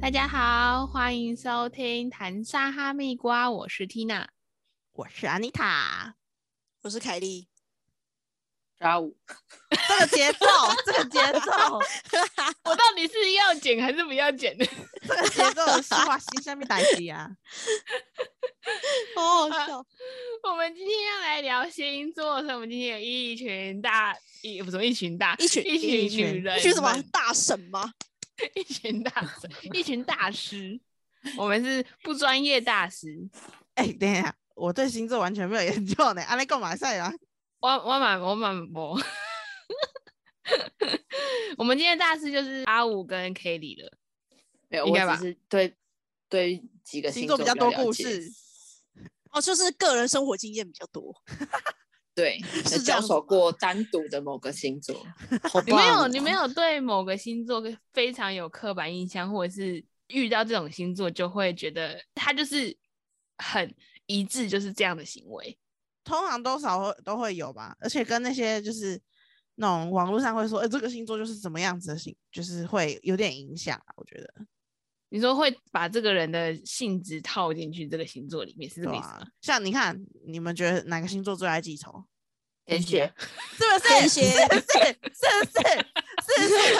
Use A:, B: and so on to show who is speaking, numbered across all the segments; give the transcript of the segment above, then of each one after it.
A: 大家好，欢迎收听《谈沙哈密瓜》，我是 Tina。
B: 我是安妮塔。
C: 我是凯莉，
D: 抓舞，
B: 这个节奏，这个节奏，
A: 我到底是要剪还是不要剪的？
B: 这个节奏，实话心下面打击啊！
C: 好好
A: 啊
C: 笑。
A: 我们今天要来聊星座，所以我们今天有一群大一不是一群大
C: 一群
A: 一群
B: 一群
A: 女人们，
C: 去什么大神吗？
A: 一群大神，一群大师。我们是不专业大师，
B: 哎、等一下，我对星座完全没有研究呢。安利购买赛啊，
A: 我我满我满我。 我们今天的大师就是阿五跟 k 里了。
D: 没有，
A: 应
D: 我
A: 该吧
D: 只是对对几个
B: 星
D: 座
B: 座比较多
D: 了
B: 故
D: 解
B: 事，
C: 哦，就是个人生活经验比较多，
D: 对，
C: 是
D: 是
C: 这样
D: 交
C: 子
D: 手
C: 吗
D: 过单独的某个星座，
C: 好棒哦！
A: 你没有，你没有对某个星座非常有刻板印象，或者是遇到这种星座就会觉得他就是很一致，就是这样的行为。
B: 通常多少会都会有吧，而且跟那些就是那种网络上会说，哎、这个星座就是怎么样子的星，就是会有点影响啊。我觉得，
A: 你说会把这个人的性质套进去这个星座里面，是这
B: 对
A: 个意思吗？
B: 啊。像你看，你们觉得哪个星座最爱记仇？
D: 天蝎，
B: 是不是？
C: 天
B: 是
C: 蝎，
B: 是是是是是，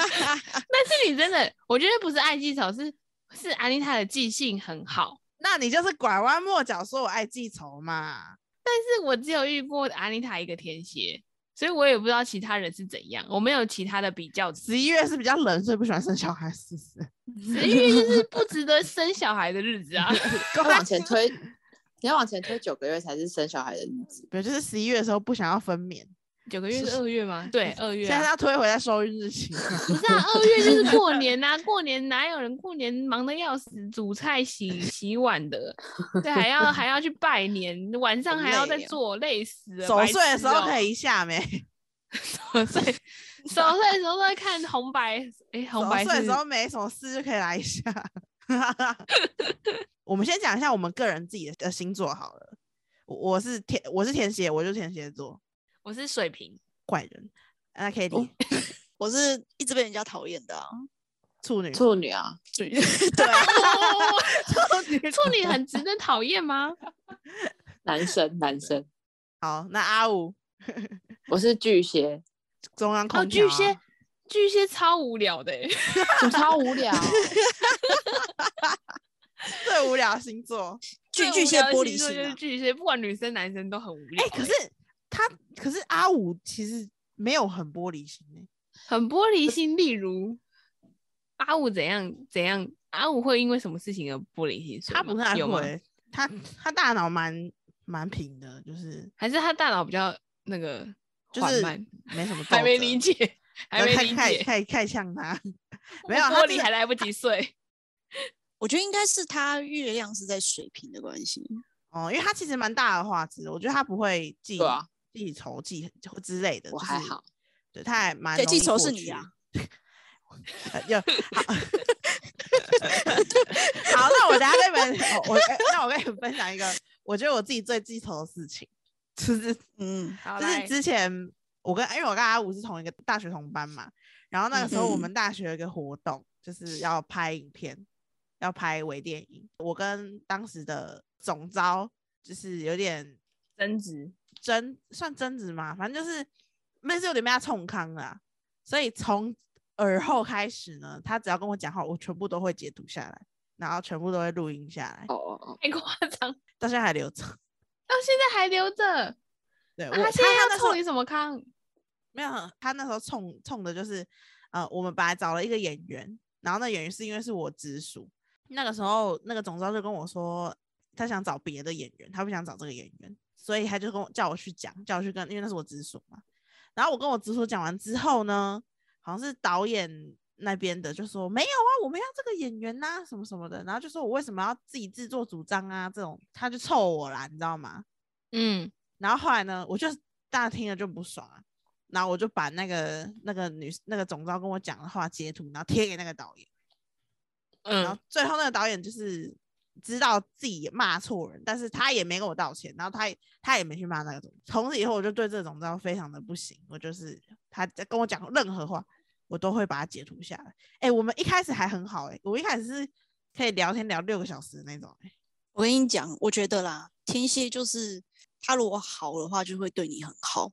A: 但是你真的，我觉得不是爱记仇，是是安妮塔的记性很好。
B: 那你就是拐弯抹角说我爱记仇嘛？
A: 但是我只有遇过安妮塔一个天蝎，所以我也不知道其他人是怎样，我没有其他的比较 值。
B: 十一月是比较冷，所以不喜欢生小孩，是不是？
A: 十一月就是不值得生小孩的日子 啊。
D: 要往前推，你要往前推九个月才是生小孩的日子，
B: 比如就是十一月的时候不想要分娩，
A: 九个月
B: 是
A: 是二月吗？对，二月
B: 现在
A: 啊、
B: 要推回来收孕日期。
A: 不是啊，二月就是过年呐、过年哪有人过年忙得要死，煮菜、洗洗碗的，对，还要还要去拜年，晚上
D: 好
A: 还要
D: 累
A: 再
D: 哦
A: 做，累死了。
B: 守
A: 白
B: 岁的
A: 痴
B: 时候
A: 哦
B: 可以一下没？
A: 守岁，守岁的时候都在看红白，哎、
B: 守
A: 红白
B: 岁的
A: 是
B: 时候没什么事就可以来一下。我们先讲一下我们个人自己的的星座好了。我我是天，我是天蝎，我就天蝎座，
A: 我是水瓶，
B: 怪人。那 k a t
D: 哦
B: i
C: 我是一直被人家讨厌的啊。
B: 处女，
D: 处女啊，
C: 对啊，
B: 处女
A: 哦处女很值得讨厌 吗？哦
D: 男生男生，
B: 好，那阿五
D: 我是巨蟹，
B: 中央
A: 哦，
B: 空调、啊
A: 巨蟹，巨蟹超无聊的、欸，
D: 我超无聊，
B: 最无聊的星座。
C: 巨
A: 最
C: 巨
A: 无
C: 蟹
A: 聊的
C: 玻
A: 星
C: 璃
A: 座就
C: 心
A: 是
C: 啊，
A: 巨蟹，不管女生男生都很无聊
B: 哎、
A: 欸、
B: 可是他，可是阿五其实没有很玻璃心哎、
A: 很玻璃心。例如阿五怎样怎样，阿五会因为什么事情而玻璃心碎吗？
B: 他不太
A: 有吗？嗯
B: 会，他他大脑蛮蛮平的，就是
A: 还是他大脑比较那个
B: 就
A: 缓
B: 是
A: 慢
B: 没什么
A: 还
B: 斗
A: 没
B: 争
A: 理 解，还没
B: 太
A: 理
B: 太
A: 解，
B: 太太像 他，没有他
A: 玻
B: 就
A: 璃
B: 是
A: 还来不及 碎。
C: 我觉得应该是他月亮是在水瓶的关系。
B: 哦，因为他其实蛮大而化之的，我觉得他不会记
D: 对啊，
B: 记仇记之类的，
D: 我
B: 就
D: 还
B: 是
D: 好，
B: 对，他还蛮
C: 对
B: 容
C: 记
B: 易
C: 仇
B: 过
C: 是你
B: 去
C: 啊
B: 呃 有好好，那我等下跟你们，我我那我跟你们分享一个，我觉得我自己最记仇的事情，就是
C: 嗯，
A: 好
B: 就是之前我跟因为我跟阿五是同一个大学同班嘛，然后那个时候我
C: 嗯
B: 们大学有一个活动，就是要拍影片，要拍微电影。我跟当时的总招就是有点
A: 争执，
B: 争，算争执嘛，反正就是那是有点被他冲康啦、所以从耳后开始呢，他只要跟我讲话，我全部都会截图下来，然后全部都会录音下来，
D: 哦哦哦，
A: 太夸张，
B: 到现在还留着。
A: 到现在还留着。
B: 对
A: 啊
B: 我，
A: 他现
B: 他
A: 在
B: 那
A: 要
B: 时候
A: 冲你什么康？
B: 没有，他那时候冲冲的就是，呃，我们本来找了一个演员，然后那演员是因为是我直属，那个时候那个总招就跟我说，他想找别的演员，他不想找这个演员，所以他就跟我叫我去讲，叫我去跟，因为那是我直属嘛。然后我跟我直属讲完之后呢，好像是导演那边的就说没有啊，我们要这个演员呐、什么什么的，然后就说我为什么要自己自作主张啊，这种他就臭我啦，你知道吗？
A: 嗯，
B: 然后后来呢，我就大家听了就不爽啊，然后我就把那个那个女那个总招跟我讲的话截图，然后贴给那个导演，然
A: 嗯
B: 后，最后那个导演就是知道自己也骂错人，但是他也没跟我道歉，然后他也他也没去骂那个总，从此以后我就对这个总招非常的不行，我就是他在跟我讲任何话，我都会把它截图下来。哎、我们一开始还很好哎、我一开始是可以聊天聊六个小时的那种、欸。
C: 我跟你讲，我觉得啦，天蝎就是他如果好的话，就会对你很好；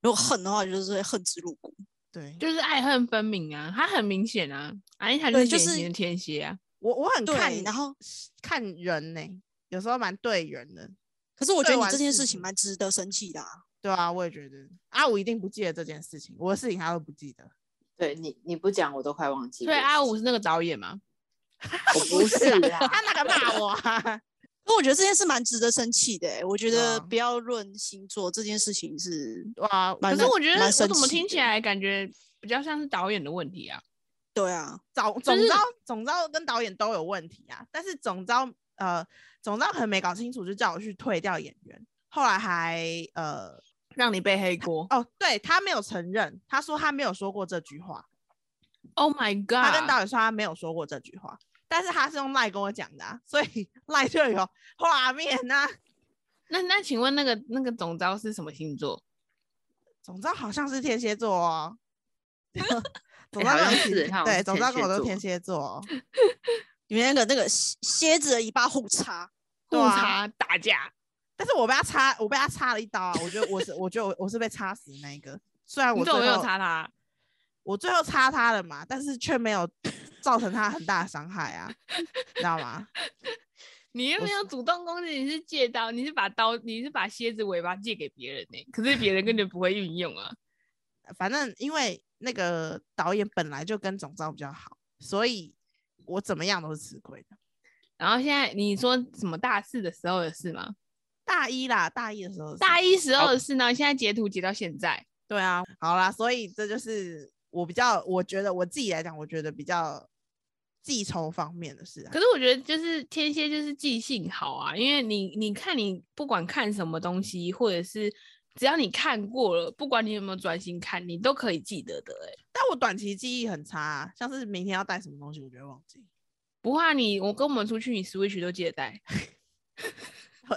C: 如果恨的话，就是会恨之入骨。
B: 对，
A: 就是爱恨分明啊，他很明显啊，阿丽塔就
C: 对
A: 是
C: 就
A: 典
C: 是
A: 型的天蝎啊，
B: 我我很看
C: 对，，然后
B: 看人呢、有时候蛮对人的。
C: 可是我觉
B: 对
C: 得你
B: 完
C: 这件
B: 事
C: 事情
B: 情
C: 蛮值得生气的、啊。
B: 对啊，我也觉得阿五一定不记得这件事情，我的事情他都不记得。
D: 对你你不讲我都快忘记。
A: 所以阿五，是那个导演嘛，
D: 我不是啦，
B: 他哪敢骂我、啊？
C: 那我觉得这件事蛮值得生气的、欸，我觉
B: 对啊
C: 得不要论星座这件事情是，
B: 哇，
C: 蛮
A: 可是
C: 生
A: 我觉得
C: 蛮
A: 我
C: 生
A: 怎么
C: 气
A: 听起
C: 的
A: 来感觉比较像是导演的问题啊？
C: 对啊，
B: 总总
A: 是
B: 招总招跟导演都有问题啊，但是总招呃总招很没搞清楚，就叫我去退掉演员，后来还呃
A: 让你背黑锅
B: 哦，对他没有承认，他说他没有说过这句话，
A: ？Oh my god！
B: 他跟导演说他没有说过这句话，但是他是用赖跟我讲的、啊，所以 赖就有画面呐、啊。
A: 那那请问那个那个总招是什么星座？
B: 总招好像是天蝎座哦。总招
D: 欸好
B: 跟我
D: 像
B: 一起
D: 是好像
B: 对，
D: 是
B: 总
D: 天
B: 招跟
D: 蝎
B: 我都是
D: 座
B: 天蝎座哦，
C: 你们那个那个蝎蝎子的尾巴互插，
A: 互
B: 对啊
A: 查打架，
B: 但是我被他插，我被他插了一刀啊！我觉 得我是，我觉得我我是被插死的那一个。虽然
A: 你
B: 我
A: 怎
B: 最
A: 么没有
B: 后
A: 查他？
B: 我最后插他了嘛，但是却没有 造成他很大的伤害啊，你知道吗？
A: 你又
B: 我
A: 没有主动攻击，你是借刀，你是把刀，你是把蝎子尾巴借给别人呢、可是别人根本就不会运用啊。
B: 反正因为那个导演本来就跟总招比较好，所以我怎么样都是吃亏的。
A: 然后现在你说什么大四的时候的事吗？
B: 大一啦，大一的时候，
A: 大
B: 一
A: 一时候的事呢？现在截图截到现在，
B: 对啊，好啦，所以这就是我比较，我觉得我自己来讲，我觉得比较记仇方面的事、啊
A: 可。是我觉得就是天蝎就是记性好啊，因为你你看你不管看什么东西，或者是只要你看过了，不管你有没有专心看，你都可以记得的、欸。
B: 但我短期记忆很差、啊，像是明天要带什么东西，我就会忘记。
A: 不怕你，我跟我们出去，你 Switch 都记得 带。
B: 那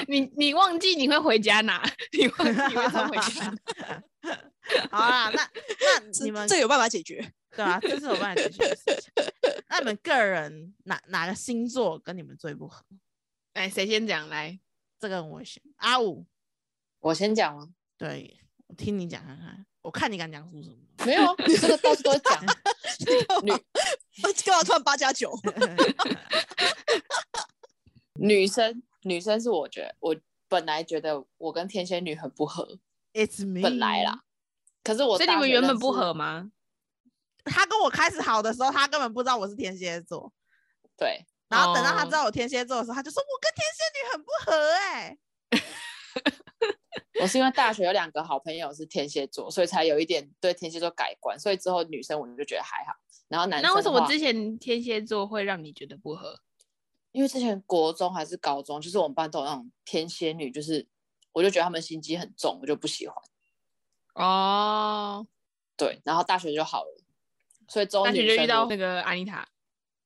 A: 哦，你你忘记你会回家拿， 你忘记你会送回啊家 拿。
B: 好啦， 那那
C: 这
B: 你们
C: 这有办法解决？
B: 对啊，这是我办法解决的事情。那你们个人哪哪个星座跟你们最不合？
A: 哎，谁先讲来？
B: 这个我选阿五，
D: 我先讲哦吗？
B: 对我听你讲看看，我看你敢讲 出什么。
D: 没有啊，你这个到处都讲。女
C: 干嘛突然八加九？
D: 女生女生是我觉得我本来觉得我跟天蝎女很不合，
B: It's me。
D: 本来啦，，可是
A: 嗯
D: 我
A: 所以你
D: 大
A: 们
D: 学
A: 原
D: 认
A: 本不
D: 识
A: 合吗？
B: 他跟我开始好的时候，他根本不知道我是天蝎座，
D: 对，
B: 然后等到他
A: 哦
B: 知道我天蝎座的时候，他就说我跟天蝎女很不合哎、
D: 我是因为大学有两个好朋友是天蝎座，所以才有一点对天蝎座改观，所以之后女生我就觉得还好，然后男生
A: 那为什
D: 的
A: 么
D: 话
A: 之前天蝎座会让你觉得不合？
D: 因为之前国中还是高中，就是我们班都有那种天蝎女，就是我就觉得他们心机很重，我就不喜欢。
A: 哦，
D: 对，然后大学就好了，所以之后
A: 大学
D: 女
A: 就
D: 生
A: 遇到
D: 我
A: 那个安妮塔，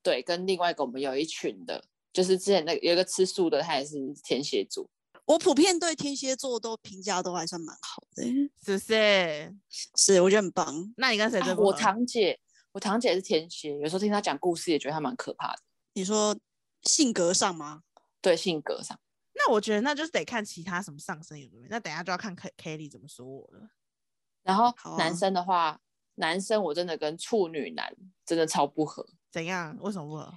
D: 对，跟另外一个我们有一群的，就是之前那个有一个吃素的，他也是天蝎座，
C: 我普遍对天蝎座都评价都还算蛮好的欸、
B: 是不是？
C: 是我觉得很棒。
B: 那你跟谁
D: 啊
C: 哎
B: 最不合？
D: 我堂姐，我堂姐也是天蝎，有时候听她讲故事也觉得她蛮可怕的，
C: 你说性格上吗？
D: 对性格上，
B: 那我觉得那就是得看其他什么上升有没有。那等一下就要看 K Kelly 怎么说我了。
D: 然后
C: 好啊
D: 男生的话，男生我真的跟处女男真的超不合，
B: 怎样？为什么不合？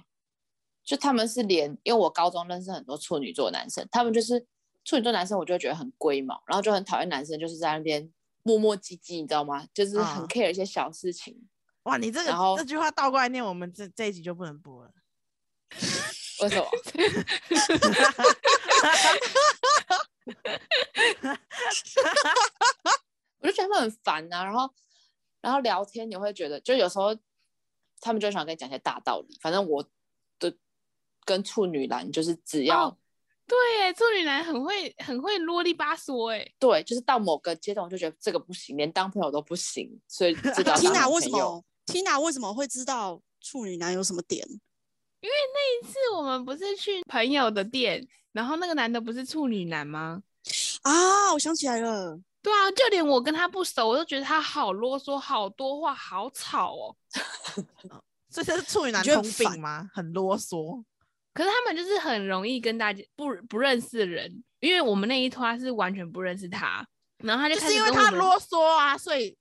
D: 就他们是连，因为我高中认识很多处女座男生，他们就是处女座男生，我就会觉得很龟毛，然后就很讨厌男生就是在那边磨磨唧唧，你知道吗？就是
C: 啊
D: 很
B: 嗯
D: care 一些小事情。
B: 哇，你这个
D: 然后
B: 这句话倒过来念，我们这这一集就不能播了。
D: 为什么？ 我就觉得他们很烦啊，然后然后聊天你会觉得，就有时候他们就想跟你讲一些大道理，反正我的跟处女男就是只要、
A: 哦对耶，处女男很会很会啰里吧嗦哎，
D: 对，就是到某个阶段我就觉得这个不行，连当朋友都不行，所以这叫当
C: Tina
D: 男
C: 为什
D: 朋友
C: 么 Tina 为什么会知道处女男有什么点？
A: 那一次我们不是去朋友的店，然后那个男的不是处女男吗？
C: 啊，我想起来了，
A: 对啊，就连我跟他不熟，我都觉得他好啰嗦，好多话，好吵哦。
B: 所以这是处女男
C: 觉得
B: 通
C: 很
B: 病
C: 烦
B: 吗？很啰嗦，
A: 可是他们就是很容易跟大家不不认识的人，因为我们那一拖是完全不认识他，然后他
B: 就
A: 开
B: 是
A: 始
B: 因为
A: 跟
B: 他
A: 我们
B: 啰嗦啊，所以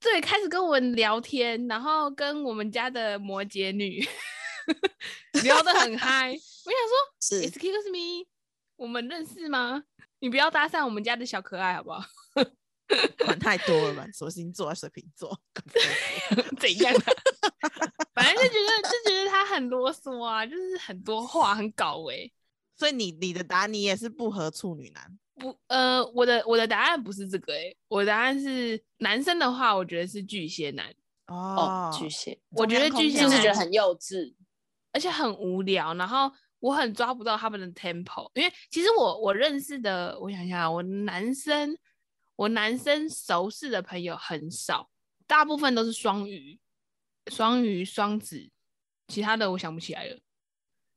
A: 对开始跟我们聊天，然后跟我们家的摩羯女 聊得很嗨。我想说
C: 是
A: ，Excuse me，我们认识吗？你不要搭讪我们家的小可爱好不好？
B: 管太多了吧？什么星座啊？水瓶座，管太多
A: 怎样、啊？反正就觉得就觉得他很啰嗦啊，就是很多话很搞哎、
B: 所以你你的答案你也是不合处女男，
A: 不，呃，我的我的答案不是这个诶、我的答案是男生的话，我觉得是巨蟹男，
D: 哦
B: 哦，，
D: 巨蟹，
A: 我觉得巨蟹
D: 是不是
A: 男
D: 觉得很幼稚？
A: 而且很无聊，然后我很抓不到他们的 tempo，因为其实我我认识的，我想一啊下，我男生我男生熟识的朋友很少，大部分都是双鱼、双鱼、双子，其他的我想不起来了。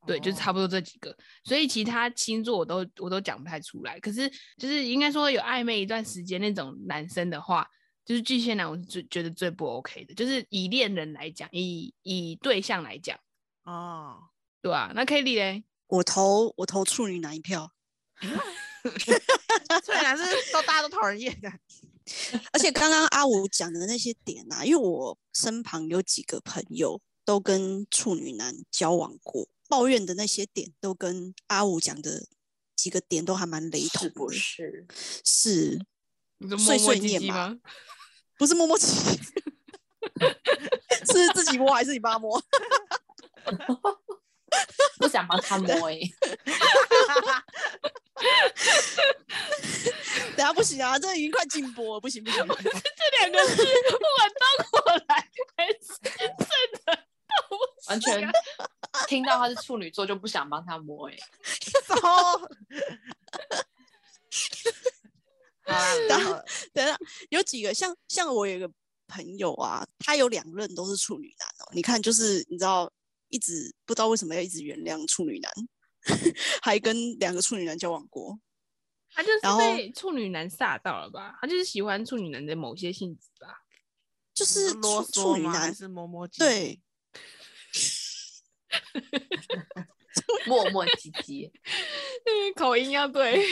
A: 对，就是差不
B: 不
A: 多这几个，所以其他星座我都我都讲不太出来。可是就是应该说有暧昧一段时间那种男生的话，就是巨蟹男，我是最觉得最不 OK 的，就是以恋人来讲，以以对象来讲，
B: 多哦。
A: 对啊，那 Kelly 嘞，
C: 我投我投处女男一票，
B: 处女男是都大家都讨人厌 的，
C: 而且刚刚阿五讲的那些点啊，因为我身旁有几个朋友都跟处女男交往过，抱怨的那些点都跟阿五讲的几个点都还蛮雷同
D: 是
C: 的，
D: 不是？
C: 是
A: 你就摸
C: 碎
A: 摸
C: 碎
A: 唧
C: 念
A: 唧
C: 嘛
A: 吗？
C: 不是摸摸起？ 是自己摸还是你爸摸？
D: 不想帮他摸 而已
C: 等下不行啊，这已经快禁播了，不行不 行。不行
A: 这两个字我倒过来还是真的倒不起
D: 完全
A: 来
D: 听到他是处女座就不想帮他 摸哎、
B: 糟。好啦
C: 然
B: 好
C: 后
B: 啦
C: 等下有几个像像我有一个朋友啊，他有两任都是处女男哦。你看，就是你知道，一直不知道为什么要一直原谅处女男， 还跟两个处女男交往过。
A: 他就是
C: 然后
A: 被处女男吓到了吧？他就是喜欢处女男的某些性质吧？
C: 就
B: 你
C: 是
B: 啰
C: 处
B: 嗦
C: 处女
B: 吗还
C: 男，
B: 是摸摸唧唧，
C: 对，
D: 磨磨唧唧，
A: 嗯，口音要 对。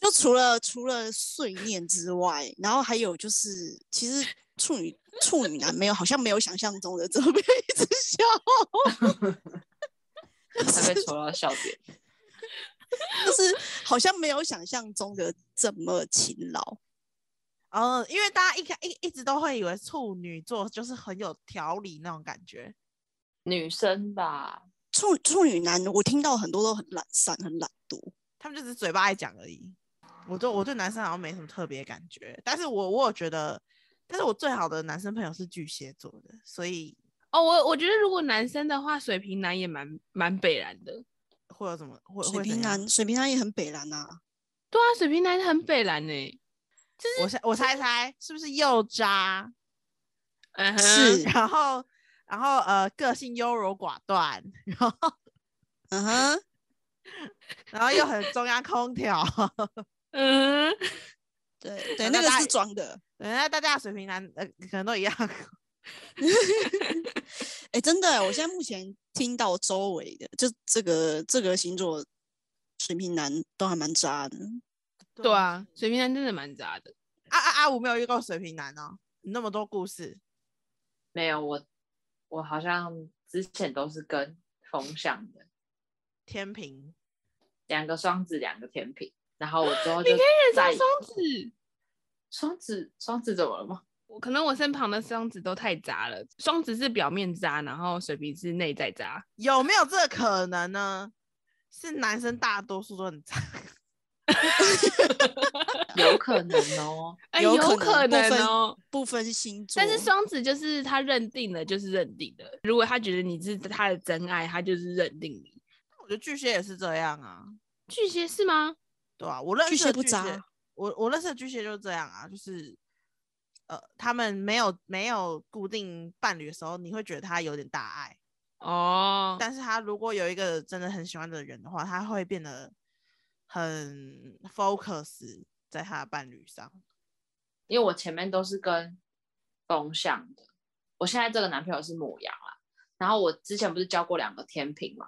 C: 就除了除了碎念之外，然后还有就是，其实处女处女男没有，好像没有想象中的这么被 一直笑。
D: 才被戳到笑点。
C: 就是好像没有想象中的这么勤劳。
B: 哦，因为大家一开一一直都会以为处女座就是很有条理那种感觉，
D: 女生吧，
C: 处处女男，我听到很多都很懒散、很懒惰。
B: 他们就只是嘴巴爱讲而已。我对我对男生好像没什么特别感觉，但是我我有觉得，但是我最好的男生朋友是巨蟹座的，所以
A: 哦，我我觉得如果男生的话，水瓶男也蛮蛮北然的。
B: 会有什么会
C: 水
B: 会怎
C: 瓶
B: 样？
C: 男，水瓶男也很北蓝啊。
A: 对啊，水瓶男很北然呢、
B: 我猜我猜猜是不是又渣，
A: 嗯哼，
C: 是
B: 然后然后呃个性优柔寡断，然后
C: 嗯 哼，
B: 然后又很中央空调。
A: 嗯哼，
C: 对
B: 那
C: 对，那
B: 大
C: 个
B: 家
C: 是装的。
B: 对，那大家的水平男呃可能都一样。
C: 哎，真的，我现在目前听到周围的，就这个这个星座水瓶男都还蛮渣的。
A: 对啊，水瓶男真的蛮渣的。
B: 啊啊啊！我没有遇过水瓶男哦，那么多故事。
D: 没有我，我好像之前都是跟风向的，
B: 天平，
D: 两个双子，两个天平，然后我之后就
A: 但
D: 在
A: 是双子，
D: 双子，双子怎么了吗？
A: 我可能我身旁的双子都太渣了。双子是表面渣，然后水瓶是内在渣。
B: 有没有这个可能呢？是男生大多数都很渣，
D: 有可能哦，
A: 哎、
C: 有
A: 有
C: 可能
A: 能
C: 不分
A: 哦。
C: 不分星座，
A: 但是双子就是他认定了就是认定的，如果他觉得你是他的真爱，他就是认定你。
B: 我觉得巨蟹也是这样啊，
A: 巨蟹是吗？
B: 对吧、我认
C: 巨
B: 识
C: 蟹
B: 的
C: 不
B: 巨
C: 渣
B: 蟹，我我认识的巨蟹就是这样啊，就是呃，他们没有没有固定伴侣的时候，你会觉得他有点大爱，
A: 哦，
B: 但是他如果有一个真的很喜欢的人的话，他会变得很 focus 在他的伴侣上。
D: 因为我前面都是跟风向的，我现在这个男朋友是母羊啦，然后我之前不是教过两个天平嘛，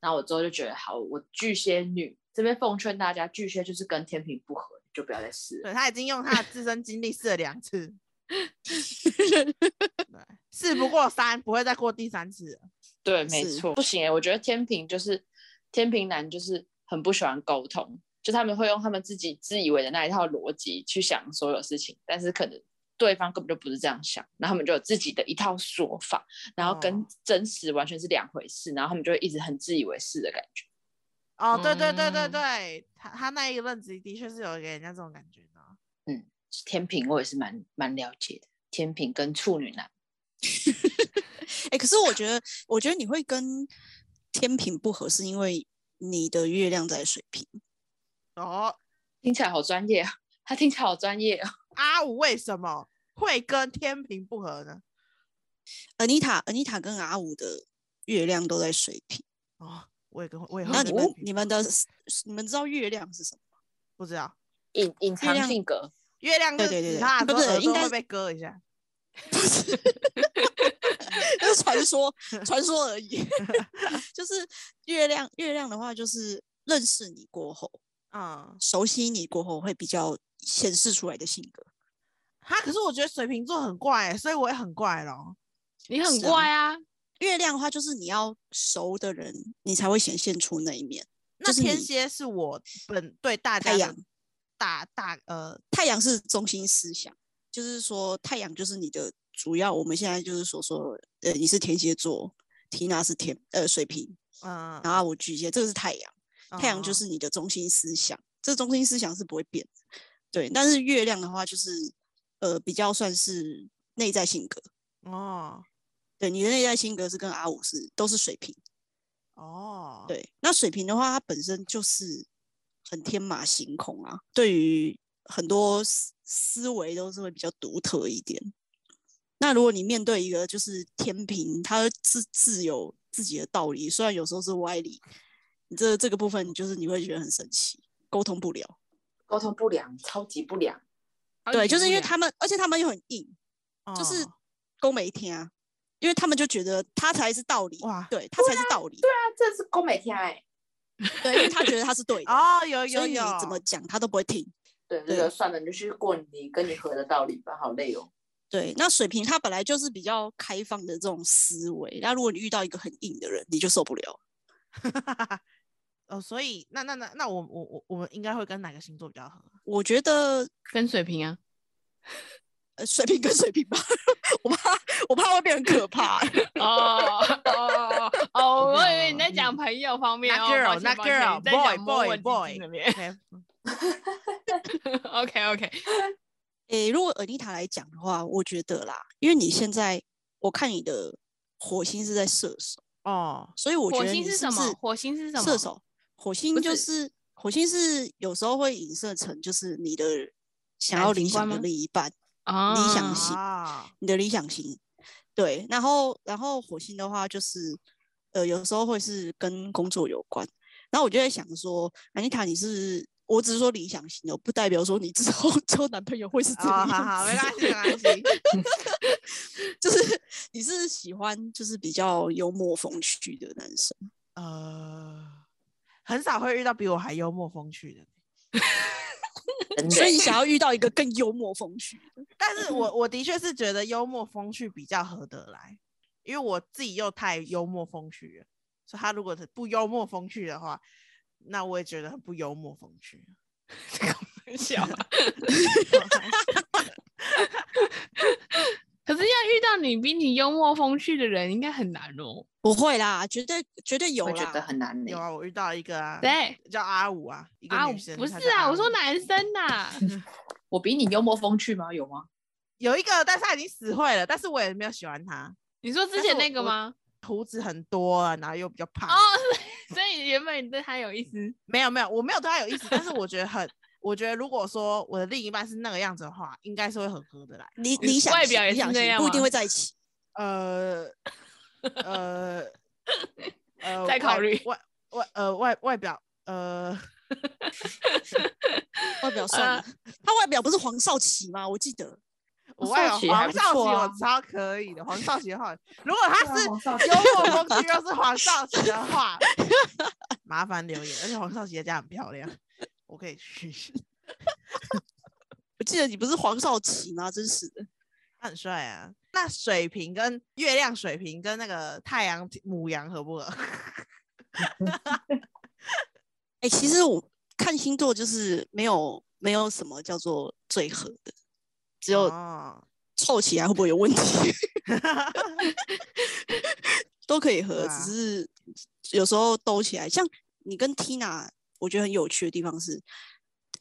D: 然后我之后就觉得好，我巨蟹女这边奉劝大家，巨蟹就是跟天平不合，就不要再试了。
B: 对他已经用他的自身经历试了两次，对，事不过三，不会再过第三次了。
D: 对，没
C: 是
D: 错，不行、欸，我觉得天平就是天平男，就是很不喜欢沟通，就他们会用他们自己自以为的那一套逻辑去想所有事情，但是可能对方根本就不是这样想，然后他们就有自己的一套说法，然后跟
B: 哦
D: 真实完全是两回事，然后他们就会一直很自以为是的感觉。
B: 哦，对对对对
A: 嗯
B: 对，他他那一个任职的确是有给人家这种感觉的。
D: 天平我也是蛮蛮了解的，天平跟处女男，
C: 哎、可是我觉得，我觉得你会跟天平不合，是因为你的月亮在水瓶。
B: 哦，
D: 听起来好专业啊，他听起来好专业啊。
B: 阿五为什么会跟天平不合呢？
C: Anita、Anita 跟阿五的月亮都在水瓶。
B: 哦，我也跟我也会
C: 那
B: 跟
C: 你
B: 天
C: 们、
B: 平
C: 你们的你们知道月亮是什么？
B: 不知道，
D: 隐隐藏
C: 亮
D: 性格，
B: 月亮
C: 对
B: 就是
C: 对对
B: 指
C: 对
B: 他的
C: 不
B: 时候
C: 是
B: 耳
C: 应
B: 朵
C: 该
B: 会
C: 是
B: 被割一下。
C: 那是传说，传说而已。 就是月亮，月亮的话就是认识你过后，
B: 嗯，
C: 熟悉你过后会比较显示出来的性格。
B: 哈，可是我觉得水瓶座很怪、所以我也很怪咯。
A: 你很
C: 是啊
A: 怪啊，
C: 月亮的话就是你要熟的人，你才会显现出那一面。
B: 那
C: 是
B: 天
C: 你
B: 蝎是我本对大
C: 太
B: 家的
C: 阳
B: 大大呃
C: 太阳是中心思想，就是说太阳就是你的主要。我们现在就是所说，呃，你是天蝎座，缇娜是天呃水瓶，
B: 嗯，
C: 然后我巨蟹，这个是太阳。太阳就
B: 嗯
C: 是你的中心思想，这中心思想是不会变的。对，但是月亮的话，就是呃，比较算是内在性格。
B: 哦
C: 对，你的内在性格是跟阿五是都是水瓶。
B: 哦，
C: 对，那水瓶的话，它本身就是很天马行空啊，对于很多思思维都是会比较独特一点。那如果你面对一个就是天平，它自自有自己的道理，虽然有时候是歪理，你这这个部分就是你会觉得很神奇，沟通不了。
D: 沟通不良，超级不良。
A: 好
C: 对，
A: 几
C: 就是
A: 姑
C: 因为
A: 娘
C: 他们，而且他们又很硬，就是
B: 哦
C: 都没听啊，因为他们就觉得他才是道理，
B: 哇
C: 对他才是道理，
D: 啊，这是宫美天哎、
C: 对，因为他觉得他是对的，
B: 哦，有
C: 所
B: 有
C: 以你
B: 有，
C: 怎么讲他都不会听。
D: 对，
C: 对
D: 那个算了，你就去过你跟你合的道理吧，好累哦。
C: 对，那水瓶他本来就是比较开放的这种思维，那如果你遇到一个很硬的人，你就受不了。
B: 哦，所以那那那那我我我我们应该会跟哪个星座比较 合？
C: 我觉得
A: 跟水瓶啊，
C: 呃，水瓶跟水瓶吧， 我怕我怕会变很可怕 欸、
A: 哦 哦哦哦！我以为你在
B: 嗯
A: 讲朋友方面
B: 那
A: 哦，
B: girl，
A: 抱歉
B: 那
A: 抱歉
B: girl，
A: 你在讲
B: boy，
A: 摸我
B: boy，
A: 鸡鸡
B: boy
A: 那边 OK OK，
C: 诶，如果尔妮塔来讲的话，我觉得啦，因为你现在我看你的火星是在射手，
B: 哦，
C: 所以我觉
A: 火
C: 得
A: 星
C: 你
A: 是
C: 是
A: 什
C: 不
A: 么
C: 是？
A: 火星是什么
C: 射手，火星
A: 不
C: 就是是火星是有时候会影射成就是你的想
A: 感
C: 要理
A: 情观
C: 想的
A: 吗
C: 另一半，
A: 啊，
C: 想
A: 哦
C: 型
B: 啊，
C: 你的理想型。对，然后然后火星的话就是呃有时候会是跟工作有关，然后我就在想说，安妮塔你是。我只是说理想型哦，不代表说你之后 交男朋友会是这
B: 哦，好
C: 样子。
B: 好，没关系，没关系。
C: 就是你是喜欢就是比较幽默风趣的男生。
B: 呃，很少会遇到比我还幽默风趣的，
C: 所以你想要遇到一个更幽默风趣的，
B: 但是
A: 嗯
B: 我我的确是觉得幽默风趣比较合得来，因为我自己又太幽默风趣了，所以他如果是不幽默风趣的话，那我也觉得很不幽默风趣。
A: 笑。可是要遇到你比你幽默风趣的人，应该很难哦。
C: 不会啦，绝对绝对有
D: 我
C: 啦。
D: 觉得很难呢、
B: 有啊，我遇到一个啊，
A: 对
B: 叫阿五啊，一个
A: 啊，
B: 女生，
A: 不
B: 她
A: 是
B: 叫
A: 啊，
B: 阿
A: 我说
B: 五
A: 男生 呐，
D: 我比你幽默风趣吗？有吗？
B: 有一个，但是他已经死会了，但是我也没有喜欢他，
A: 你说之
B: 但是
A: 前
B: 我
A: 那个
B: 我
A: 吗？
B: 胡子很多啊，然后又比较胖
A: 哦，所以原本你对他有意思，
B: 没有没有，我没有对他有意思，但是我觉得很， 我觉得如果说我的另一半是那个样子的话，应该是会很合得来。
C: 理
A: 你
C: 理想
A: 外
C: 型
A: 表也
C: 理
A: 是
C: 想
A: 那
C: 型
A: 样
C: 不一定
A: 吗
C: 会在一起。
B: 呃呃呃，
A: 再考
B: 外
A: 虑
B: 外外呃外外表呃，
C: 啊外表算了，他外表不是黄少祺吗？我记得
B: 我外
D: 少
B: 有
D: 奇还
B: 黄
D: 不
B: 少奇，
D: 错啊
B: 我超可以的。黄少奇的话，如果他是
E: 对啊黄少奇
B: 幽默风趣又是黄少奇的话，麻烦留言。而且黄少奇的家很漂亮，我可以去。
C: 我记得你不是黄少祺吗？真是的，
B: 他很帅啊。那水瓶跟月亮水瓶跟那个太阳母羊合不合？
C: 哎、其实我看星座就是没有没有什么叫做最合的，只有
B: 哦，
C: 凑起来会不会有问题？都可
B: 对
C: 以合，
B: 啊
C: 只是有时候兜起来。像你跟 Tina，我觉得很有趣的地方是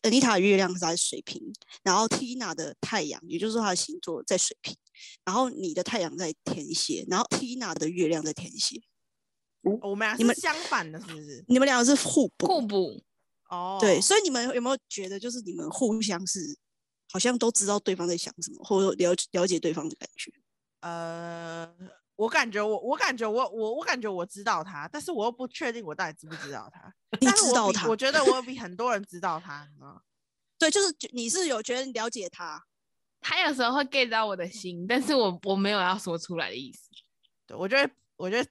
C: ，Anita 的月亮是在水瓶，然后 Tina 的太阳，也就是说她的星座在水瓶，然后你的太阳在天蝎，然后 Tina 的月亮在天蝎，
B: 我们俩
C: 你
B: 是
C: 们
B: 相反的，是不是？
C: 你们两个是互补。
A: 互补，
B: 哦，
C: 对，所以你们有没有觉得，就是你们互相是好像都知道对方在想什么，或者了解了解对方的感觉？
B: 呃，我感觉我我感觉我我我感觉我知道他，但是我又不确定我到底知不知道他。
C: 你
B: 但是
C: 知
B: 我
C: 道
B: 比
C: 他
B: 我觉得我比很多人知道他，嗯你知道吗
C: 对，就是觉你是有觉得你了解他，
A: 他有时候会 get 到我的心，但是我我没有要说出来的意思，
B: 对我就会我就会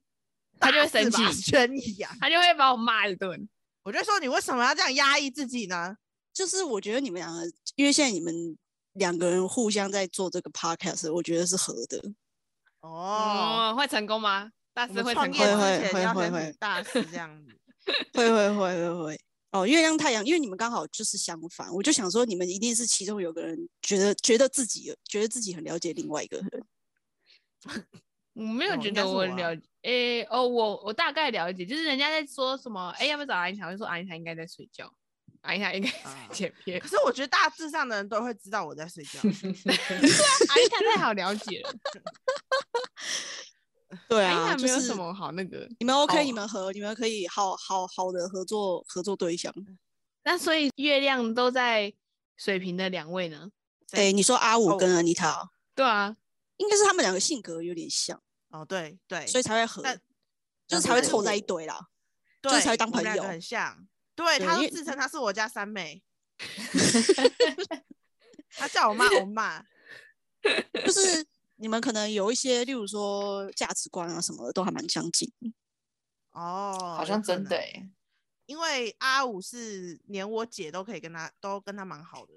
A: 他就会
B: 大肆
A: 生
B: 把
A: 气
B: 宣扬，
A: 他就会把我骂一顿。
B: 我就说你为什么要这样压抑自己呢？
C: 就是我觉得你们两个，因为现在你们两个人互相在做这个 podcast，我觉得是合的。
B: 哦，
A: 哦，会成功吗？大
B: 我
A: 师
B: 们
A: 会
B: 创
A: 成
B: 业
A: 功吗？
C: 会
B: 之前
C: 会
B: 要
C: 会
B: 很
C: 会
B: 很大事这样 子。
C: 会会会会会。哦，月亮太阳，因为你们刚好就是相反，我就想说你们一定是其中有个人觉得觉得自己觉得自己很了解另外一个人，
A: 我没
B: 哦
A: 有
B: 应
A: 觉得
B: 该是
A: 我
B: 我啊
A: 了解，诶、哦，我我大概了解，就是人家在说什么，诶，要不要找安强？我就说安强应该在睡觉，安强应该
B: 啊
A: 在剪片
B: 可，是我觉得大致上的人都会知道我在睡觉，
A: 安强太好了解 了，
C: 对
A: 安
C: 啊，
A: 强
C: 就
A: 没有
C: 是
A: 什么好哎那个。
C: 你们 OK，
A: 好
C: 你们合，你们可以好好好的合作合作对象。
A: 那所以月亮都在水瓶的两位呢？
C: 哎、你说阿五
B: 哦
C: 跟 Anita，、
A: 对啊，
C: 应该是他们两个性格有点像，
B: 哦，对对，
C: 所以才会合，
B: 但
C: 就
B: 但
C: 是才会
B: 是
C: 凑在
B: 我
C: 一堆啦。
B: 对
C: 是才会当
B: 我们
C: 朋
B: 两个
C: 友
B: 很像。对，
C: 对
B: 他
C: 因
B: 都
C: 为
B: 自称他是我家三 妹，他叫我妈我妈，
C: 就是你们可能有一些，例如说价值观啊什么的，都还蛮相近。
B: 哦，
D: 好
B: 有
D: 像
B: 可
D: 真的
B: 能
D: 欸
B: 因为阿五是连我姐都可以跟他都跟他蛮好的，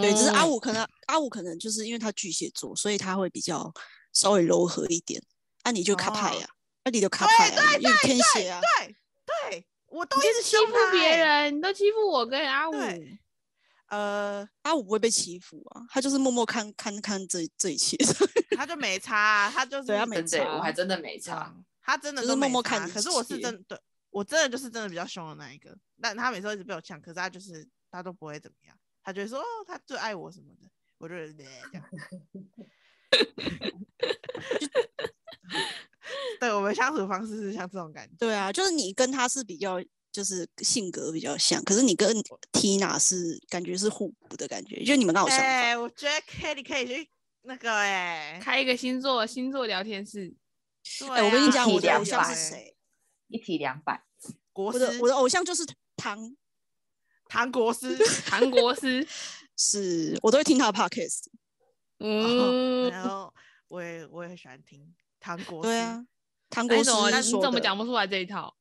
C: 对，只是阿
A: 嗯
C: 五可能阿五可能就是因为他巨蟹座，所以他会比较稍微柔和一点。啊，你就卡派
B: 哦
C: 呀、啊，你就卡
B: 对
C: 派呀、啊，因为你天蝎啊，
B: 对对，我都
A: 你
B: 一直
A: 就是欺
B: 凶
A: 负
B: 他
A: 别
B: 欸，
A: 人，你都欺负我跟阿五，
B: 对，
C: 哦
B: 呃，
C: 阿五不会被欺负啊，他就是默默看看看这这一切，
B: 他就没差啊，他就是
C: 对他没
D: 真的欸，我
C: 差
D: 还真的没
B: 这
D: 差
B: 样，，他真的
C: 就
B: 都
C: 是默
B: 没
C: 默
B: 差
C: 看你
B: 可是我是
C: 切
B: 真对我真的就是真的比较凶的那一个，但他每次都一直被我呛，可是他就是他都不会怎么样，他就会说哦他最爱我什么的，我就这样。 对我们相处方式是像这种感觉，
C: 对啊，就是你跟他是比较，就是性格比较像，可是你跟 Tina 是感觉是互补的感觉，就你们刚好相反。
B: 哎、我觉得 Kitty 可以去那个哎、
A: 开一个星座星座聊天室，
B: 对
C: 哎、我跟你
B: 啊
C: 讲，我
D: 体
C: 的偶
D: 谅
C: 像
D: 吧
C: 是？谁？
D: 一体两百，
B: 国
C: 我
B: 师，
C: 的我的偶像就是唐，
B: 唐国 师。
A: 韩国师，
C: 是我都会听他的 podcast。
A: 嗯，
B: 然后我也我也很喜欢听唐国师。
C: 对啊，唐
A: 那
C: 国
A: 你
C: 师
A: 怎哎么哦你
C: 说
A: 怎么
C: 的
A: 讲不出来这一套？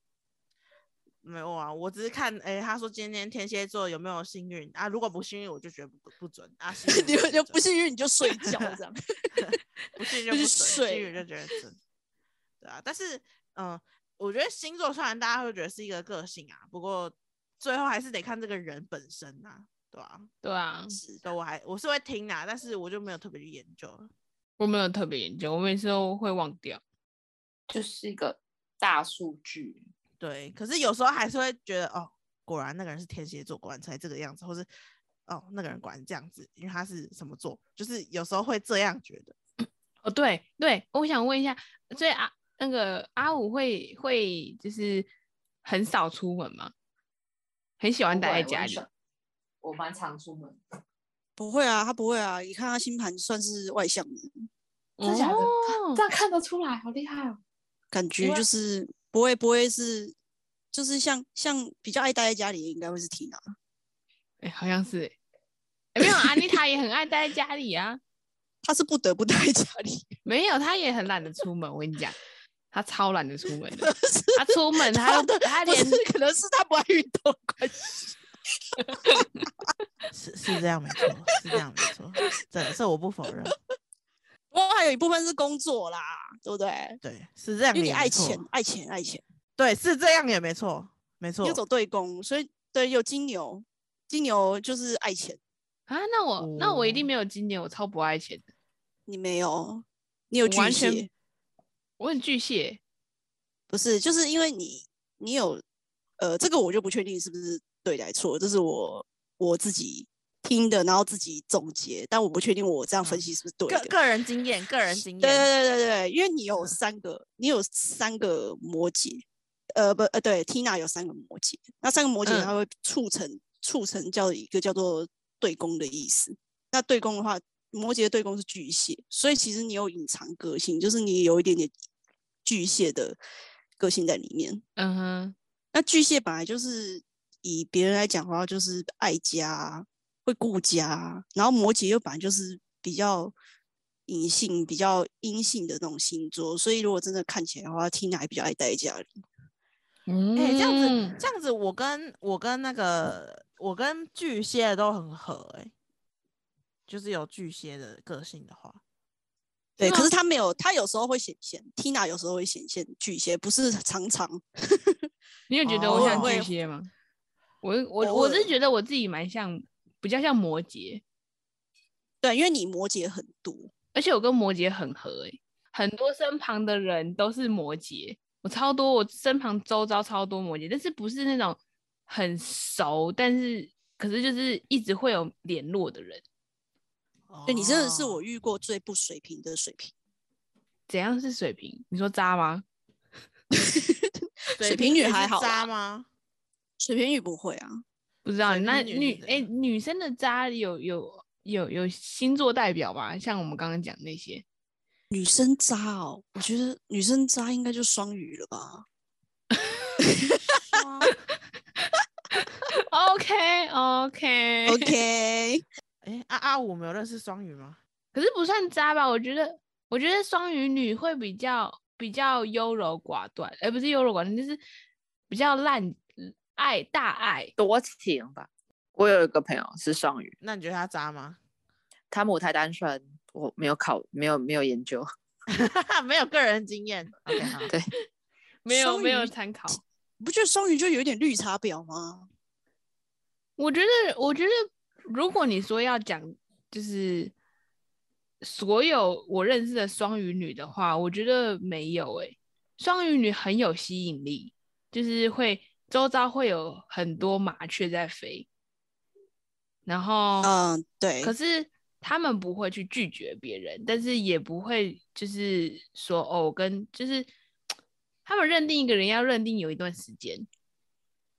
B: 没有啊，我只是看，哎、他说今天天蝎座有没有幸运啊？如果不幸运，我就觉得不不准啊。幸运
C: 你
B: 我
C: 们就不
B: 准
C: 幸运你就睡觉这样。
B: 不幸运就
C: 就
B: 不
C: 去
B: 准，幸
C: 睡
B: 运就觉得准，对啊。但是，嗯、我觉得星座虽然大家会觉得是一个个性啊，不过最后还是得看这个人本身啊，对啊。
A: 对啊，
B: 对，我还我是会听啊，但是我就没有特别去研究了。
A: 我没有特别研究，我每次都会忘掉。
D: 就是一个大数据。
B: 对，可是有时候还是会觉得，哦，果然那个人是天蝎座，果然才这个样子，或是哦，那个人果然这样子，因为他是什么座，就是有时候会这样觉得。
A: 哦，对对，我想问一下，所以阿、那个阿五会会就是很少出门吗？很喜欢
D: 不
A: 待
D: 会
A: 在
D: 我
A: 家
D: 很
A: 里
D: 少，我蛮常出门。
C: 不会啊，他不会啊，你看他星盘算是外向的，
D: 真的假的
A: 哦
D: 这 样看得出来，好厉害哦！
C: 感觉
D: 为
C: 就是不会不会是，就是像像比较爱待在家里，应该会是 Tina。
A: 哎、好像是欸欸没有，安妮塔也很爱待在家里啊。
C: 他是不得不待在家里，
A: 没有，她也很懒得出门。我跟你讲，她超懒得出门的。她出门，她又
C: 她的
A: 她
C: 不
A: 连
C: 是可能是他不爱运动的关系。
B: 是是这样没错，是这样没错，这这我不否认，
C: 不过还有一部分是工作啦，对不对？
B: 对，是这样
C: 因为你
B: 也
C: 爱
B: 没错
C: 钱，，爱钱，爱钱，
B: 对，是这样也没错，没
C: 你
B: 错
C: 又，走对宫，所以对有金牛，金牛就是爱钱。
A: 啊，那我那我一定
B: 哦
A: 没有今年，我超不爱钱的，
C: 你没有，你有
A: 我
C: 巨
A: 完全
C: 蟹，
A: 我很巨蟹。
C: 不是，就是因为你你有，呃，这个我就不确定是不是对来错，这是我我自己听的，然后自己总结，但我不确定我这样分
B: 嗯
C: 析是不是对
B: 个
C: 的。
B: 个人经验，个人经
C: 对
B: 验，嗯
C: 对对对对，因为你有三个，你有三个摩羯，呃不呃对，Tina 有三个摩羯，那三个摩羯
A: 嗯
C: 它会促成、促成叫一个叫做对宫的意思。那对宫的话，摩羯的对宫是巨蟹，所以其实你有隐藏个性，就是你有一点点巨蟹的个性在里面。
A: 嗯哼，
C: 那巨蟹本来就是以别人来讲的话，就是爱家、会顾家，然后摩羯又本来就是比较隐性、比较阴性的那种星座，所以如果真的看起来的话，Tina 还比较爱待在家里。
D: 嗯
B: 哎、这样子，这样子，我跟我跟那个我跟巨蟹都很合、欸，哎，就是有巨蟹的个性的话，
C: 对，啊可
A: 吗
C: 是他没有，他有时候会显现，Tina 有时候会显现巨蟹，不是常常。
A: 你有觉得
B: 哦
A: 我像
C: 会
A: 巨蟹吗？我我
C: 偶
A: 我是
C: 尔
A: 觉得我自己蛮像，比较像摩羯，
C: 对，因为你摩羯很多，
A: 而且我跟摩羯很合诶、欸很多身旁的人都是摩羯，我超多，我身旁周遭超多摩羯，但是不是那种很熟，但是可是就是一直会有联络的人。
C: 对你真的是
B: 哦
C: 我遇过最不水平的水平，
A: 怎样是水瓶？你说渣吗？
C: 水瓶女
B: 也
C: 还
B: 是
C: 好
B: 渣
C: 啦
B: 吗？
C: 水瓶女不会啊。
A: 不知道。
B: 水
A: 那
B: 瓶女
A: 女
B: 是
A: 哎、
B: 怎
A: 女生的渣有有有有星座代表吧？像我们刚刚讲那些，
C: 女生渣哦，我觉得女生渣应该就双鱼了吧。
B: 双
A: OK OK
C: OK，
B: 哎、阿阿五没有认识双鱼吗？
A: 可是不算渣吧？我觉得，我觉得双鱼女会比较比较优柔寡断，而、不是优柔寡断，就是比较滥爱大爱。
D: 多情吧。我有一个朋友是双鱼，
B: 那你觉得他渣吗？
D: 他母胎单身，我没有考，没有没有研究。
B: 没有个人经验，OK 好，
D: 对
A: 没有没有
C: 双鱼
A: 参考，
C: 你不觉得双鱼就有点绿茶婊吗？
A: 我觉得，我觉得，如果你说要讲，就是所有我认识的双鱼女的话，我觉得没有诶、双鱼女很有吸引力，就是会周遭会有很多麻雀在飞，然后，
C: 嗯，对
A: 哦可，是他们不会去拒绝别人，但是也不会就是说哦，我跟就是他们认定一个人要认定有一段时间，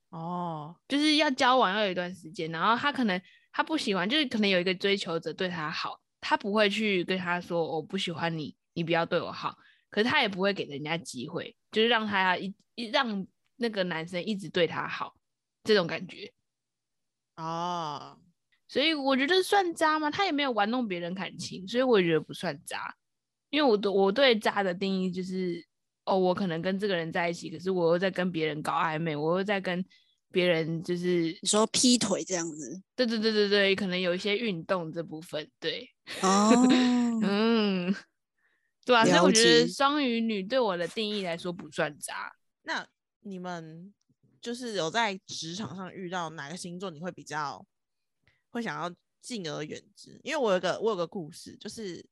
B: 哦，
A: 就是要交往要有一段时间，然后他可能他不喜欢，就是可能有一个追求者对他好，他不会去跟他说我不喜欢你，你不要对我好，可是他也不会给人家机会，就是让他一一让那个男生一直对他好这种感觉，
B: 哦，
A: 所以我觉得算渣吗？他也没有玩弄别人感情，所以我也觉得不算渣，因为我对我对渣的定义就是。哦，我可能跟这个人在一起，可是我又在跟别人搞暧昧，我又在跟别人就是
C: 你说劈腿这样子
A: 对对对对对，可能有一些运动这部分，对，
C: 哦，
A: 嗯， 对啊，所以我
C: 了
A: 觉得
C: 解
A: 双鱼女对我的定义来说不算渣。
B: 那你们就是有在职场上遇到哪个星座你会比较会想要敬而远之？因为我有个我有个故事，就是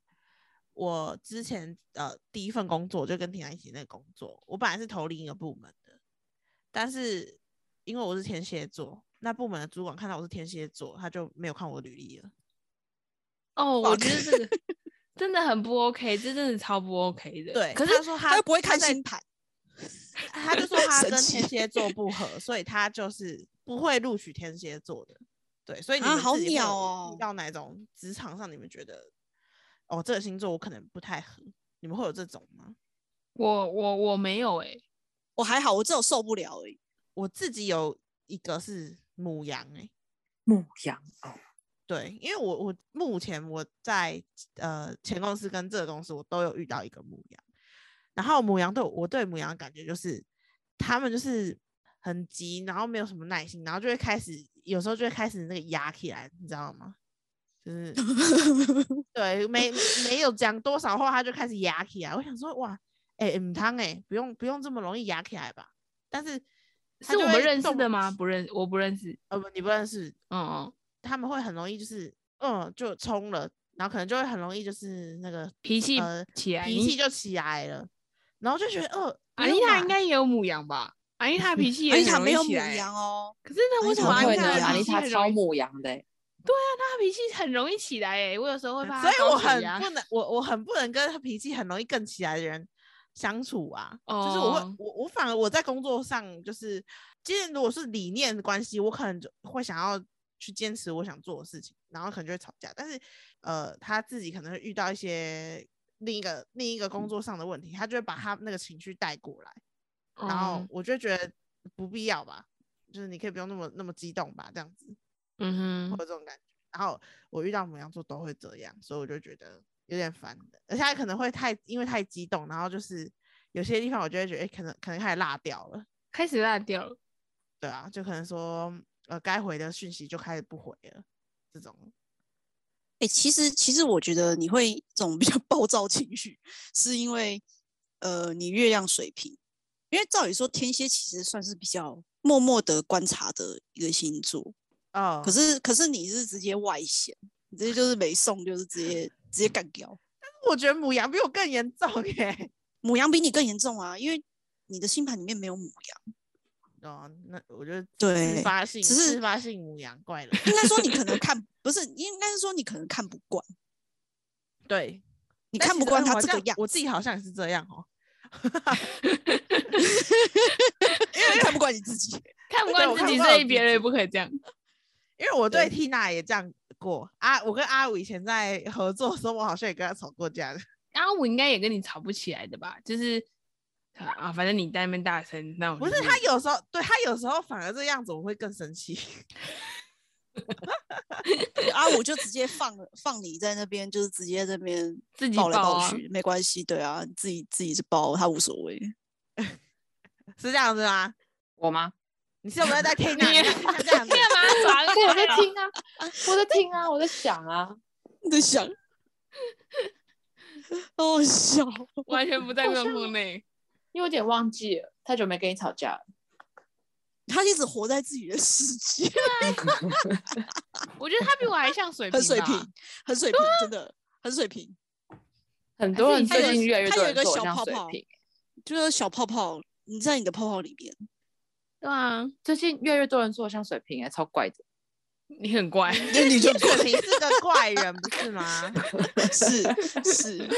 B: 我之前呃第一份工作就跟婷雅一起那个工作，我本来是投另一个部门的，但是因为我是天蝎座，那部门的主管看到我是天蝎座，他就没有看我的履历了。
A: 哦，我
C: Fuck
A: 觉得这 个真的很不 OK，这真的超不 OK 的。
B: 对，
A: 可是
B: 他说
C: 他
B: 他
C: 又不会看
B: 在
C: 星盘，
B: 他就说他
C: 神
B: 跟
C: 奇
B: 天蝎座不合，所以他就是不会录取天蝎座的。对，所以你
C: 啊
B: 们
C: 好
B: 自己会有
C: 鸟哦
B: 遇到哪种职场上你们觉得，哦，这个星座我可能不太合，你们会有这种吗？
A: 我我我没有哎、
C: 我还好，我只有受不了而已。
B: 我自己有一个是母羊、欸，哎，
D: 牧羊哦，
B: 对，因为我我目前我在呃前公司跟这个公司，我都有遇到一个母羊，然后母羊对我我对母羊的感觉就是，他们就是很急，然后没有什么耐心，然后就会开始有时候就会开始那个压起来，你知道吗？就是对，没没有讲多少话，他就开始压起来。我想说，哇，哎、欸，嗯，汤哎，不用不用这么容易压起来吧？但是他
A: 是
B: 就
A: 我们
B: 会
A: 认识
B: 动
A: 的吗？？不认，我不认识。
B: 呃，不，你不认识，
A: 嗯嗯，
B: 他们会很容易就是，嗯，就冲了，然后可能就会很容易就是那个
A: 脾气
B: 呃
A: 起来，
B: 脾
A: 你
B: 气就起来了，然后就觉得，呃，
A: 阿丽塔应
B: 该
A: 该也有母羊吧？阿丽塔脾 气
C: 而
A: 也
C: 且他
A: 很
C: 没
A: 容
C: 有
A: 易起
C: 母
A: 来
C: 羊哦，
A: 可是那为什
C: 怎
A: 么
C: 么
D: 怎么
A: 安
C: 会
D: 会
A: 妮
D: 呢？
A: 塔
C: 呢
A: 的
D: 阿
A: 脾
D: 丽
A: 气
D: 塔
A: 很
D: 超
A: 容易？
D: 母羊的欸、
A: 她脾气很容易起来欸诶，我有时候会怕。
B: 所以我很不能，我我很不能跟他脾气很容易更起来的人相处啊。就是我会
A: 哦，
B: 我我反而我在工作上就是，今天如果是理念的关系，我可能就会想要去坚持我想做的事情，然后可能就会吵架。但是呃，他自己可能会遇到一些另一个另一个工作上的问题，他就会把他那个情绪带过来，然后
A: 嗯
B: 我就觉得不必要吧，就是你可以不用那么那么激动吧，这样子。
A: 嗯
B: 会
A: 哼，
B: 有这种感觉。然后我遇到母羊座都会这样，所以我就觉得有点烦的，而且他可能会太因为太激动，然后就是有些地方我就会觉得，哎、可能可能开始落掉了，
A: 开始辣掉了。
B: 对啊，就可能说呃该回的讯息就开始不回了，这种
C: 哎、其实其实我觉得你会这种比较 暴躁情绪，是因为呃你月亮水平，因为照理说天蝎其实算是比较默默的观察的一个星座，
B: 哦，
C: 可是可是你是直接外显，你直接就是没送，就是直接直接干掉。
B: 我觉得母羊比我更严重耶。
C: 母羊比你更严重啊，因为你的星盘里面没有母羊，
B: 哦，那我就自
C: 对
B: 发性，
C: 只是
B: 自发性母羊怪了，
C: 应该说你可能看不是，应该是说你可能看不惯，
B: 对，
C: 你
B: 你
C: 看不惯他这个样，
B: 我自己好像也是这样哦，
C: 你看不惯你自己。
A: 看不
B: 对
A: 惯
B: 我
A: 自己，所
B: 看不惯我
A: 以
B: 自
A: 别人也
B: 己
A: 不可以这样。
B: 因为我对
C: 对
B: Tina 也这样过啊，我跟阿五以前在合作的时候，我好像也跟他吵过架的。
A: 然后我应该也跟你吵不起来的吧？就是啊，反正你在那边大声，那我
B: 不
A: 哦就是
B: 他有时候对他有时候反而这样子，我会更生气。
C: 啊，我就直接放了放你在那边，就是直接在那边
A: 自己
C: 抱来
A: 抱
C: 抱
A: 啊
C: 去，没关系，对啊，自己自己去抱，他无所谓。
B: 是这样子吗？
D: 我吗？
B: 你是不是在听
A: 你
B: 他这样子？
A: 干嘛转
D: 对，我
A: 开
D: 在
A: 啊？
D: 听啊，我在听啊，我在想啊，
C: 你 在想，好好笑。
A: 完全不在状况内。
D: 因为我有点忘记了，太久没跟你吵架了。
C: 他一直活在自己的世界，
A: 我觉得他比我还像水瓶
C: 很
A: 吧，
C: 水平，很水平，真的很水平。
D: 很多人
A: 还是你
D: 最近越来越
C: 他
D: 多
C: 有一
D: 人
C: 个
D: 说我
C: 小
D: 像
C: 泡
D: 水
C: 泡
D: 瓶，
C: 就是小泡泡，你在你的泡泡里面，
A: 对啊，
D: 最近越来越多人说我像水瓶，哎，超怪的。
A: 你很乖，
C: 那你就过
B: 水瓶是个怪人，不是吗？
C: 是是，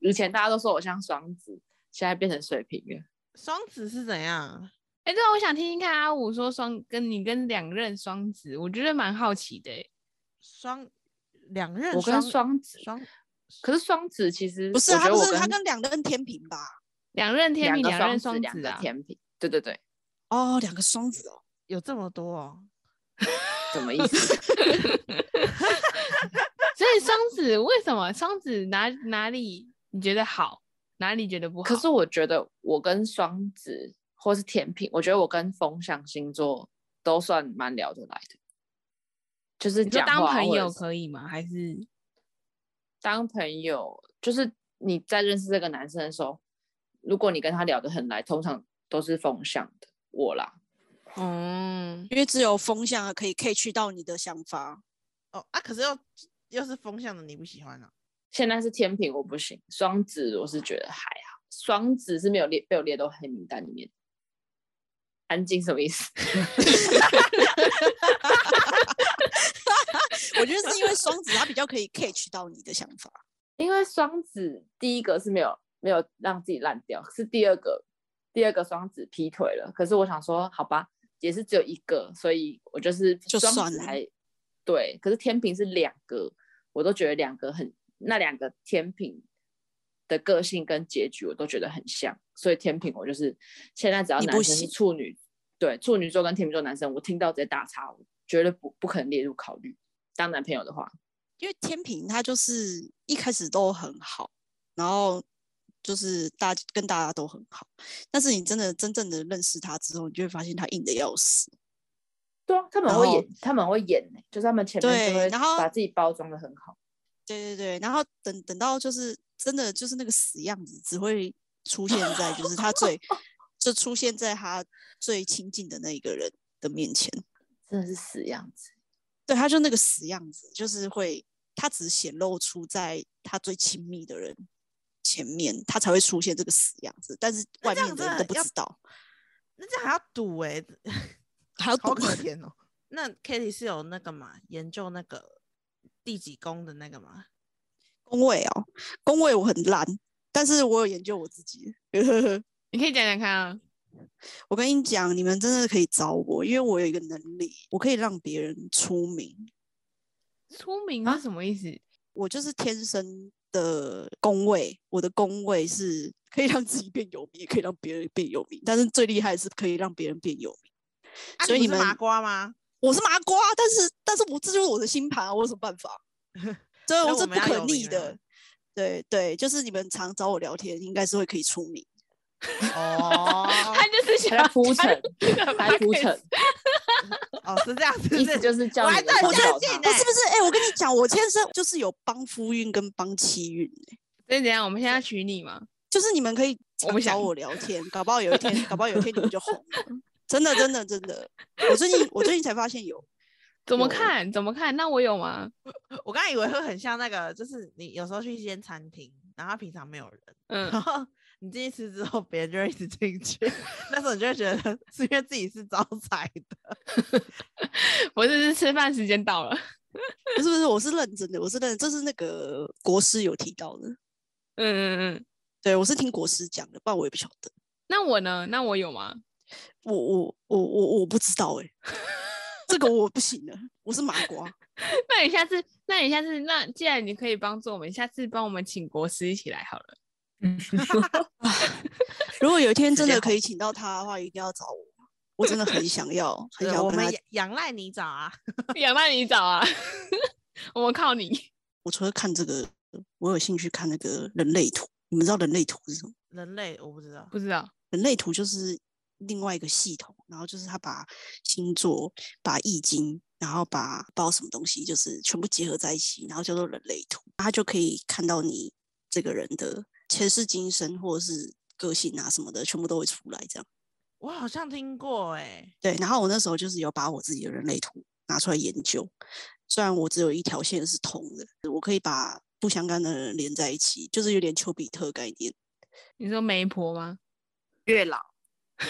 D: 以前大家都说我像双子，现在变成水瓶了。
B: 双子是怎样？
A: 哎、对啊，我想听听看阿五说双跟你跟两任双子，我觉得蛮好奇的、欸。
B: 双两任
D: 我跟
B: 双
D: 双子，
B: 双
D: 可是双子其实
C: 不是
D: 我
C: 啊
D: 觉
C: 他
D: 得
C: 不
D: 我
C: 是他
D: 跟
C: 跟两任天平吧？
A: 两任天
D: 两
A: 平，
D: 个
A: 两任双
D: 双子，两
A: 子
D: 个
A: 啊，
D: 天平，对对对，
C: 哦，两个双子哦，
B: 有这么多、哦？
D: 什么意思？
A: 所以双子为什么双子哪哪里你觉得好，哪里觉得不好？
D: 可是我觉得我跟双子或是天平，我觉得我跟风象星座都算蛮聊得来的，就是
A: 你就
D: 讲
A: 当
D: 话
A: 朋
D: 或者
A: 友
D: 是
A: 可以吗？还是
D: 当朋友，就是你在认识这个男生的时候，如果你跟他聊得很来，通常都是风向的我啦。
A: 嗯，
C: 因为只有风向啊可以 catch 到你的想法。
B: 哦啊，可是又又是风向的，你不喜欢啊？
D: 现在是天平，我不行；双子我是觉得还好，双子是没有列被我列到黑名单里面。安静什么意思？
C: 我觉得是因为双子他比较可以 catch 到你的想法。
D: 因为双子第一个是没有没有让自己烂掉，是第二个第二个双子劈腿了。可是我想说，好吧，也是只有一个，所以我就是
C: 就
D: 双
C: 算
D: 子
C: 了
D: 还对，可是天平是两个，我都觉得两个很那两个天平的个性跟结局我都觉得很像，所以天平我就是现在只要
C: 你
D: 男
C: 不
D: 生是
C: 行
D: 处女，对处女座跟天秤座男生，我听到直接打叉，我绝对不不可能列入考虑。当男朋友的话，
C: 因为天平他就是一开始都很好，然后就是大跟大家都很好，但是你真的真正的认识他之后，你就会发现他硬的要死。
D: 对啊，他们
C: 然
D: 会
C: 后
D: 演，他们会演、欸，就是他们前面就
C: 对
D: 会
C: 然后
D: 把自己包装的很好。
C: 对对对，然后等等到就是真的就是那个死样子，只会出现在就是他最就出现在他最亲近的那一个人的面前。
D: 真的是死 样子。
C: 对，他就那个死样子，就是会，他只显露出在他最亲密的人前面，他才会出现这个死样子，但是
B: 那
C: 外
B: 这
C: 面
B: 样
C: 的
B: 真
C: 人
B: 的
C: 都不
B: 要
C: 知道，
B: 那这样还要赌哎、
C: 还要
B: 好
C: 懂
B: 可怜哦。 那 Kitty 是有那个嘛，研究那个第几宫的那个嘛？
C: 宫位哦，宫位我很烂，但是我有研究我自己。
A: 你可以讲讲看啊。
C: 我跟你讲，你们真的可以找我，因为我有一个能力，我可以让别人出名。
A: 出名是什么意思？
C: 我就是天生的宫位，我的宫位是可以让自己变有名，也可以让别人变有名，但是最厉害的是可以让别人变有名。
B: 啊、
C: 所以
B: 你
C: 你
B: 不是麻
C: 们
B: 瓜吗？
C: 我是麻瓜，但是但是我这就是我的星盘啊，我有什么办法？
B: 所
C: 对，
B: 以
C: 我
B: 我
C: 这
B: 们
C: 不
B: 要有
C: 可
B: 名
C: 逆
B: 啊
C: 的。对对，就是你们常找我聊天，应该是会可以出名。
B: 哦
A: 他就是想
D: 他在铺
A: 加
D: 陈
A: 入这个
D: 他在铺
A: podcast
D: 陈，
B: 哦，是这样子，
D: 意思就是叫
B: 我
D: 你
B: 还
D: 们
B: 在
D: 想
B: 我
D: 找
B: 最近
D: 他
C: 不
B: 呢
C: 是不是，哎、我跟你讲，我天生就是有帮夫运跟帮妻运、欸，
A: 所以怎样？我们现在要娶你吗？
C: 就是你们可以
A: 我不
C: 常找
A: 想
C: 我聊天，搞不好有 一天，搞不好有一天你们就红了。真的真的真的，我最近我最近才发现有，
A: 怎么
C: 有
A: 看？怎么看？那我有吗？
B: 我刚才以为会很像那个，就是你有时候去一间餐厅，然后它平常没有人，
A: 嗯，
B: 然后你进去吃之后，别人就会一直进去， 那时候你就会觉得是因为自己是招财的。
A: 我这是吃饭时间到了。
C: 不是不是，我是认真的，我是认真，这是那个国师有提到的，
A: 嗯嗯嗯。
C: 对我是听国师讲的，不然我也不晓得，
A: 那我呢？那我有吗？
C: 我我我我我不知道哎、这个我不行了，我是麻瓜。
A: 那你下次，那你下次，那既然你可以帮助我们，下次帮我们请国师一起来好了。
C: 如果有 一天
B: 直
C: 真
B: 接
C: 的可以请到他的话，一定要找我，我真的很想 要，很
B: 对
C: 想
B: 我
C: 要跟
B: 们
C: 他
B: 仰仰赖你找啊，
A: 仰赖你找啊， 我们靠你。
C: 我除了看这个，我有兴趣看那个人类图。你们知道人类图是什么？
B: 人类我不知道，
A: 不知道，
C: 人类图就是另外一个系统，然后就是他把星座、把易经，然后把不知道什么东西，就是全部结合在一起，然后叫做人类图。他就可以看到你这个人的前世今生，或者是个性啊什么的，全部都会出来这样。
B: 我好像听过哎、欸，
C: 对，然后我那时候就是有把我自己的人类图拿出来研究，虽然我只有一条线是通的，我可以把不相干的人连在一起，就是有点丘比特概念，
A: 你说媒婆吗？
D: 月老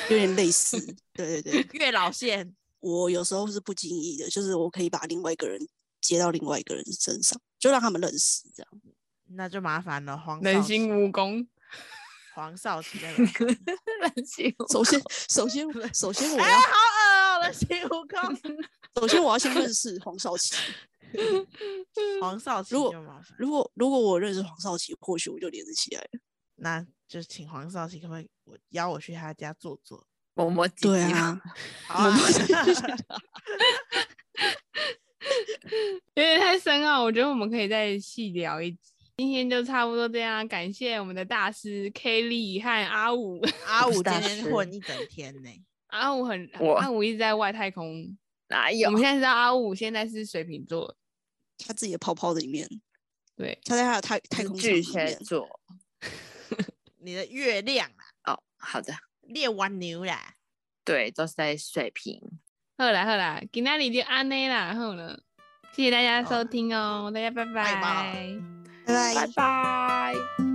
C: 有点类似。对对对，
B: 月老线
C: 我有时候是不经意的，就是我可以把另外一个人接到另外一个人身上，就让他们认识这样。
B: 那就麻烦了，黄
A: 人
B: 少奇
A: 心蜈蚣。
B: 黄少奇在哪里
D: 人气
C: 首 先，首先，首先我
B: 哎、
C: 要，
B: 好恶哦、人心蜈蚣，
C: 首先我要先 认识黄少奇。
B: 黄少奇
C: 如果
B: 就麻烦，
C: 如果如果我认识黄少奇，或许我就连得起来了。
B: 那就请黄少奇可不可以我邀我去他家坐坐？
D: 某某姐
C: 对啊，
B: 好啊
A: 有点太深奥，我觉得我们可以再细聊一集。今天就差不多这样，啊感谢我们的大师 K 力和阿五。
B: 阿
D: 我
B: 五
D: 是
B: 今
D: 大
B: 天
D: 师
B: 混一整天呢、
A: 阿五很，
D: 我
A: 阿五一直在外太空。
D: 哪
A: 我
D: 有
A: 们？现在知道阿五现在是水瓶座，
C: 他自己的泡泡的里面，
A: 对，
C: 他在他的太太空舱
D: 巨
C: 里
D: 蟹
C: 面。
D: 座
B: 你的月亮啊啦，
D: 哦，好的，
B: 列完牛啦，
D: 对，都是在水瓶。
A: 好啦好啦，今天你就安内啦，然后呢，谢谢大家收听哦，大家拜
B: 拜
A: 拜
C: 拜
D: 拜拜。